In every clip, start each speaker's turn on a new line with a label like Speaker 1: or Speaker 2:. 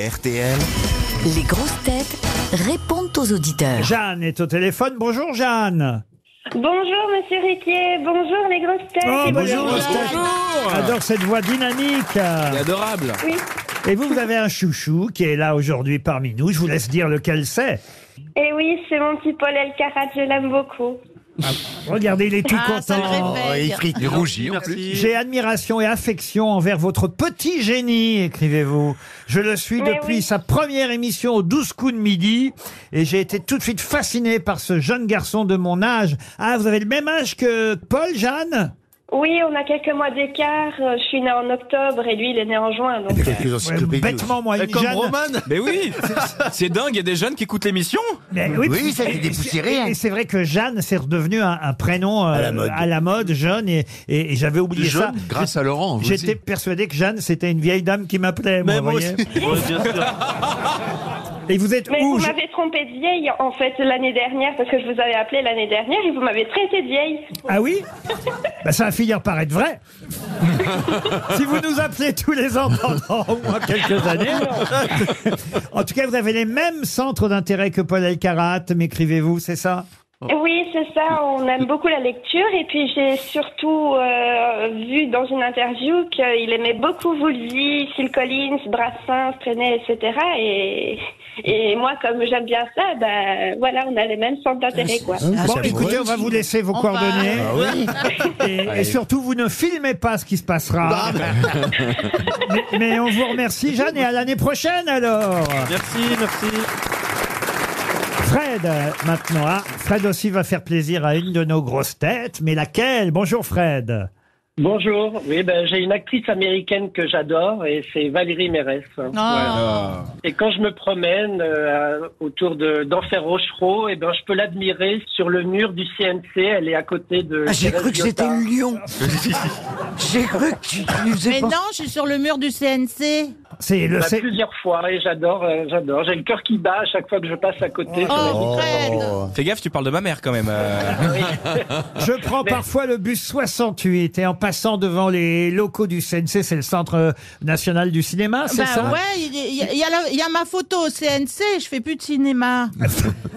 Speaker 1: RTL.
Speaker 2: Les grosses têtes répondent aux auditeurs.
Speaker 3: Jeanne est au téléphone. Bonjour Jeanne.
Speaker 4: Bonjour Monsieur Riquier, bonjour les grosses têtes.
Speaker 3: bah, J'adore cette voix dynamique.
Speaker 5: adorable.
Speaker 4: Oui.
Speaker 3: Et vous, vous avez un chouchou qui est là aujourd'hui parmi nous. Je vous laisse dire lequel c'est.
Speaker 4: Et Eh oui, c'est mon petit Paul Elkarat, je l'aime beaucoup.
Speaker 3: Regardez, il est tout
Speaker 4: Ah,
Speaker 3: content.
Speaker 5: Il rougit en plus.
Speaker 3: J'ai admiration et affection envers votre petit génie, écrivez-vous. Je le suis
Speaker 4: Mais
Speaker 3: depuis
Speaker 4: Eh oui.
Speaker 3: sa première émission au 12 coups de midi et j'ai été tout de suite fasciné par ce jeune garçon de mon âge. Ah, vous avez le même âge que Paul, Jeanne
Speaker 4: Oui, on a quelques mois d'écart. euh, Je suis née en octobre et lui, il est né en juin. Donc,
Speaker 6: Quelques
Speaker 3: Ouais,
Speaker 6: encyclopédies aussi.
Speaker 3: Bêtement, moi, une Jeanne.
Speaker 5: Mais oui, c'est dingue, il y a des jeunes qui écoutent l'émission.
Speaker 3: Mais
Speaker 6: Oui, ça
Speaker 3: et-
Speaker 6: fait des
Speaker 3: et-
Speaker 6: poussiérés,
Speaker 3: et-
Speaker 6: hein.
Speaker 3: Et c'est vrai que Jeanne, c'est redevenu un, un prénom euh,
Speaker 6: À la mode.
Speaker 3: mode, jeune, et, et- et j'avais oublié ça.
Speaker 5: grâce à Laurent. vous
Speaker 3: J'étais
Speaker 5: aussi.
Speaker 3: persuadé que Jeanne, c'était une vieille dame qui m'appelait.
Speaker 5: Mais
Speaker 3: moi,
Speaker 5: moi
Speaker 3: voyez. Et vous êtes
Speaker 4: euh, Mais
Speaker 3: où
Speaker 4: vous
Speaker 3: je-
Speaker 4: m'avez trompé de vieille, en fait, l'année dernière, parce que je vous avais appelé l'année dernière et vous m'avez traité de vieille.
Speaker 3: Ah oui bah, Ça va finir par être vrai. si vous nous appelez tous les ans pendant au moins quelques années. en tout cas, vous avez les mêmes centres d'intérêt que Paul Elkarat, m'écrivez-vous, c'est ça
Speaker 4: Oui, c'est ça, on aime beaucoup la lecture. Et puis, j'ai surtout euh, vu dans une interview qu'il aimait beaucoup Woolsey, Phil Collins, Brassens, Trenet, etc. Et, et moi, comme j'aime bien ça, ben voilà, on a les mêmes centres d'intérêt, quoi.
Speaker 3: Bon, écoutez, on va vous laisser vos coordonnées. Et- Et, surtout, vous ne filmez pas ce qui se passera. mais, mais on vous remercie, Jeanne, et à l'année prochaine alors.
Speaker 5: Merci, merci.
Speaker 3: Fred, euh, maintenant. Ah, Fred aussi va faire plaisir à une de nos grosses têtes, mais laquelle Bonjour, Fred.
Speaker 7: Bonjour, oui, ben, j'ai une actrice américaine que j'adore et c'est Valérie Mérès.
Speaker 6: Ah.
Speaker 7: Ouais. Et quand je me promène euh, autour de d'Enfer Rochereau, et ben, je peux l'admirer sur le mur du CNC, elle est à côté de...
Speaker 6: Ah, J'ai
Speaker 7: Thérèse
Speaker 6: cru que c'était
Speaker 7: Lyotard.
Speaker 6: lion. J'ai cru que tu tu nous faisais
Speaker 8: Mais non,
Speaker 6: penser-
Speaker 8: je suis sur le mur du CNC.
Speaker 3: C'est le.
Speaker 7: Bah,
Speaker 3: c'est-
Speaker 7: plusieurs fois et j'adore, euh, j'adore. J'ai le cœur qui bat à chaque fois que je passe à côté.
Speaker 8: Oh, Fred
Speaker 5: Fais gaffe, tu parles de ma mère quand même. euh.
Speaker 3: Je prends parfois le bus 68 et en passant devant les locaux du CNC, c'est le Centre euh, National du Cinéma, c'est
Speaker 8: Bah
Speaker 3: ça
Speaker 8: ouais, il y, il y a la- il y a ma photo au CNC, je fais plus de cinéma.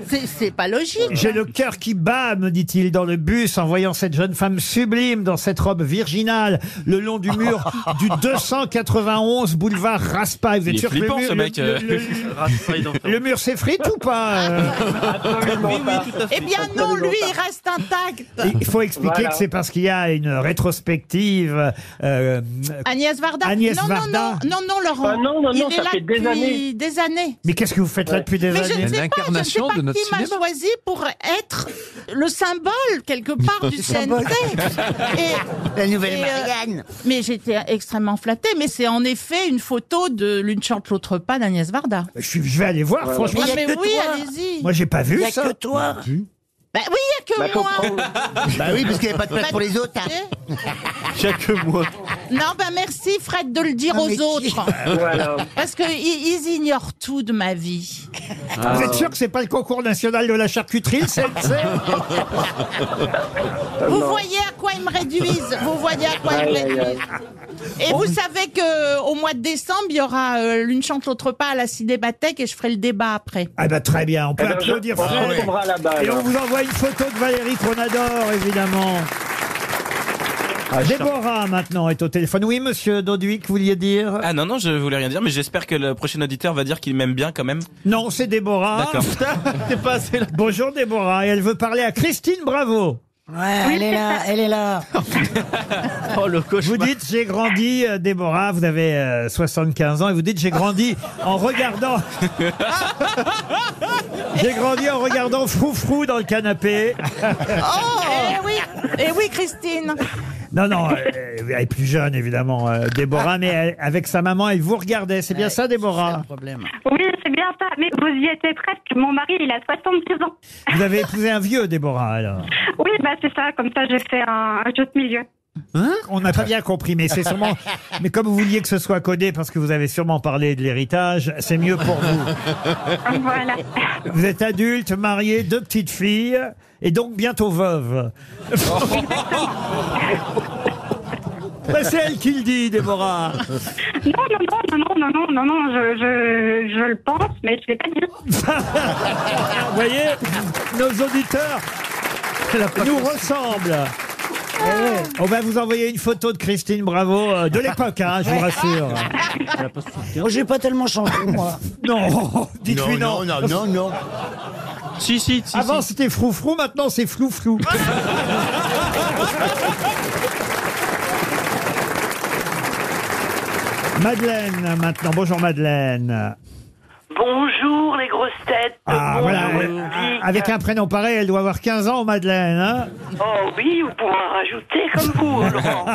Speaker 8: C'est- C'est pas logique.
Speaker 3: J'ai le cœur qui bat, me dit-il dans le bus, en voyant cette jeune femme sublime dans cette robe virginale, le long du mur du 291 boulevard Raspail. Vous êtes
Speaker 5: Il est
Speaker 3: sûr que le
Speaker 5: flippant,
Speaker 3: mur-
Speaker 5: ce
Speaker 3: le-
Speaker 5: mec,
Speaker 3: le-
Speaker 5: euh.
Speaker 3: le- le mur s'effrite ou pas euh
Speaker 8: Eh bien non, lui, il reste intact.
Speaker 3: Il faut expliquer
Speaker 7: Voilà.
Speaker 3: que c'est parce qu'il y a une rétrospective. euh,
Speaker 8: Agnès Varda.
Speaker 3: Agnès
Speaker 8: non,
Speaker 3: Varda.
Speaker 8: non, non, non, non, Laurent.
Speaker 7: Ah non, non,
Speaker 8: il
Speaker 7: non,
Speaker 8: est
Speaker 7: ça
Speaker 8: là
Speaker 7: fait des
Speaker 8: depuis
Speaker 7: années.
Speaker 8: des années.
Speaker 3: mais qu'est-ce que vous faites là depuis des
Speaker 8: Mais je
Speaker 3: années
Speaker 8: ne sais pas, je ne sais pas qui m'a choisi pour être le symbole quelque part du CNC. Et-
Speaker 6: la nouvelle
Speaker 8: Et, euh,
Speaker 6: Marianne.
Speaker 8: mais j'étais extrêmement flattée. Mais c'est en effet une photo de l'une chante l'autre pas d'Agnès Varda.
Speaker 3: je, suis- je vais aller voir, franchement.
Speaker 8: Ah, mais
Speaker 6: que
Speaker 8: oui,
Speaker 6: toi.
Speaker 8: allez-y.
Speaker 3: Moi, j'ai pas vu
Speaker 6: Il n'y a
Speaker 3: ça.
Speaker 6: que toi.
Speaker 8: Bah oui, il n'y a que moi.
Speaker 6: Bah oui, parce qu'il n'y avait pas de place pour les autres. hein.
Speaker 8: Non, bah merci Fred de le dire
Speaker 6: Non,
Speaker 8: aux
Speaker 6: mais qui-
Speaker 8: autres.
Speaker 7: Voilà.
Speaker 8: Parce qu'ils ils ignorent tout de ma vie.
Speaker 3: Vous êtes sûr que c'est pas le concours national de la charcuterie, le CNC
Speaker 8: Vous voyez à quoi ils me réduisent. Vous voyez à quoi ils me
Speaker 7: Euh, Aïe, aïe, aïe.
Speaker 8: réduisent. Et vous savez que euh, au mois de décembre, il y aura euh, l'une chante l'autre pas à la Cinémathèque et je ferai le débat après.
Speaker 3: Ah bah très bien, on peut
Speaker 7: Eh ben, je-
Speaker 3: applaudir
Speaker 7: on
Speaker 3: Fred.
Speaker 7: se retrouvera là-bas,
Speaker 3: Et on
Speaker 7: alors.
Speaker 3: vous envoie une photo de Valérie qu'on adore, évidemment. Déborah, maintenant, est au téléphone. Oui, monsieur Doduic, vous vouliez dire
Speaker 5: Ah non, non, je voulais rien dire, mais j'espère que le prochain auditeur va dire qu'il m'aime bien quand même.
Speaker 3: Non, c'est Déborah.
Speaker 5: D'accord.
Speaker 3: Bonjour Déborah, et elle veut parler à Christine Bravo.
Speaker 6: Ouais, Ah, elle est là, elle est là.
Speaker 3: Vous dites, j'ai grandi, euh, Déborah, vous avez euh, 75 ans, et vous dites, j'ai grandi en regardant... j'ai grandi en regardant Froufrou dans le canapé.
Speaker 8: Oh Eh oui, eh oui Christine.
Speaker 3: Non, non, euh, elle est plus jeune, évidemment, euh, Déborah, mais elle- avec sa maman, elle vous regardait. C'est bien ça, Déborah
Speaker 9: Oui, c'est bien ça, mais vous y étiez presque. Mon mari, il a 70 ans.
Speaker 3: Vous avez épousé un vieux, Déborah, alors.
Speaker 9: Oui, bah c'est ça, comme ça j'ai fait un, un jeu de milieu.
Speaker 3: On n'a pas bien compris, mais c'est sûrement... Mais comme vous vouliez que ce soit codé, parce que vous avez sûrement parlé de l'héritage, c'est mieux pour vous.
Speaker 9: voilà.
Speaker 3: Vous êtes adulte, marié, deux petites filles, et donc bientôt veuve. Bah, c'est elle qui le dit, Déborah.
Speaker 9: Non, non, non, non, non, non, non, non, je, je, je le pense, mais je vais pas
Speaker 3: Bah,
Speaker 9: dire.
Speaker 3: Vous voyez, nos auditeurs nous ressemblent.
Speaker 1: Ah.
Speaker 3: On va vous envoyer une photo de Christine Bravo euh, de l'époque, hein, je vous rassure.
Speaker 1: Ah.
Speaker 6: Oh, J'ai pas tellement changé, moi.
Speaker 3: Non, dites-lui non.
Speaker 1: non, non, non, non.
Speaker 5: Si, si, si.
Speaker 3: Avant c'était froufrou, maintenant c'est flou-flou. Madeleine, maintenant. Bonjour Madeleine.
Speaker 10: Bonjour les grosses têtes.
Speaker 3: Ah,
Speaker 10: Bonjour,
Speaker 3: voilà.
Speaker 10: Dick.
Speaker 3: Avec un prénom pareil, elle doit avoir 15 ans, Madeleine. hein.
Speaker 10: Oh oui, vous pourrez en rajouter comme vous, Laurent.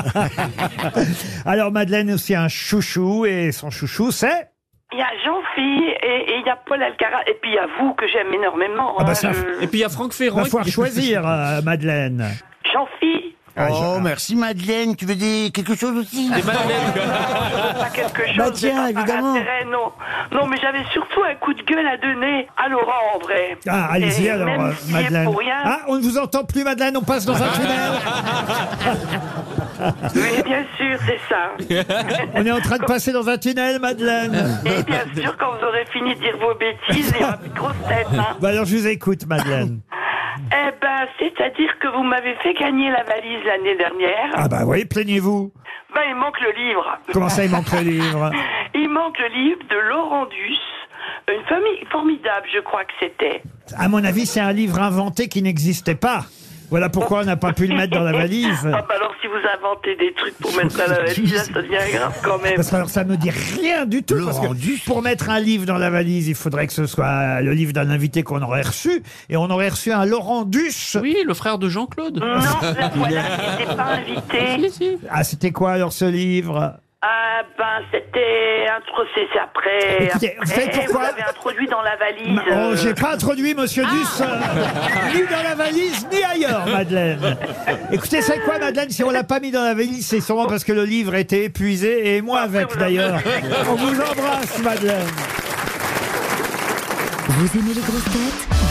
Speaker 3: Alors, Madeleine aussi a un chouchou, et son chouchou, c'est.
Speaker 10: Il y a Jean-Philippe et et il y a Paul Alcaraz. Et puis il y a vous que j'aime énormément.
Speaker 3: Ah bah
Speaker 10: hein,
Speaker 3: ça-
Speaker 10: je-
Speaker 5: Et puis il y a Franck Ferrand.
Speaker 3: Va falloir choisir, euh, Madeleine.
Speaker 10: Jean-Philippe,
Speaker 6: Oh, merci Madeleine, tu veux dire quelque chose aussi
Speaker 5: Et Madeleine.
Speaker 10: pas quelque chose.
Speaker 6: Bah tiens,
Speaker 10: mais pas par
Speaker 6: évidemment.
Speaker 10: intérêt, non. non, mais j'avais surtout un coup de gueule à donner à Laurent en vrai.
Speaker 3: Ah, allez-y
Speaker 10: Et
Speaker 3: alors,
Speaker 10: même
Speaker 3: euh,
Speaker 10: s'il est
Speaker 3: Madeleine.
Speaker 10: Pour rien,
Speaker 3: Ah, on ne vous entend plus, Madeleine, on passe dans un tunnel.
Speaker 10: Oui, bien sûr, c'est ça.
Speaker 3: On est en train de passer dans un tunnel, Madeleine.
Speaker 10: Et bien sûr, quand vous aurez fini de dire vos bêtises, il y aura plus de grosses têtes. hein.
Speaker 3: Bah alors, je vous écoute, Madeleine.
Speaker 10: Eh ben, c'est-à-dire que vous m'avez fait gagner la valise l'année dernière.
Speaker 3: Ah bah oui, plaignez-vous.
Speaker 10: Ben, il manque le livre.
Speaker 3: Comment ça, il manque le livre
Speaker 10: Il manque le livre de Laurent Duss. Une famille formidable, je crois que c'était.
Speaker 3: À mon avis, c'est un livre inventé qui n'existait pas. Voilà pourquoi on n'a pas pu le mettre dans la valise.
Speaker 10: Ah bah alors si vous inventez des trucs pour mettre dans la valise, là, ça devient grave quand même.
Speaker 3: Parce que alors, ça me dit rien du tout. parce que pour mettre un livre dans la valise, il faudrait que ce soit le livre d'un invité qu'on aurait reçu. Et on aurait reçu un Laurent Duss.
Speaker 1: Oui, le frère de Jean-Claude.
Speaker 10: Non, la voilà qui n'était pas invitée.
Speaker 3: Ah, c'était quoi alors ce livre
Speaker 10: Ah ben c'était un procès après.
Speaker 3: Écoutez, vous savez
Speaker 10: Après,
Speaker 3: pourquoi
Speaker 10: vous l'avez introduit dans la valise.
Speaker 3: Oh,
Speaker 10: euh,
Speaker 3: j'ai pas introduit Monsieur Duss euh, ni dans la valise ni ailleurs, Madeleine. Écoutez, c'est quoi, Madeleine Si on l'a pas mis dans la valise, c'est sûrement parce que le livre était épuisé et moi avec d'ailleurs. On vous embrasse, Madeleine.
Speaker 2: Vous aimez les grosses têtes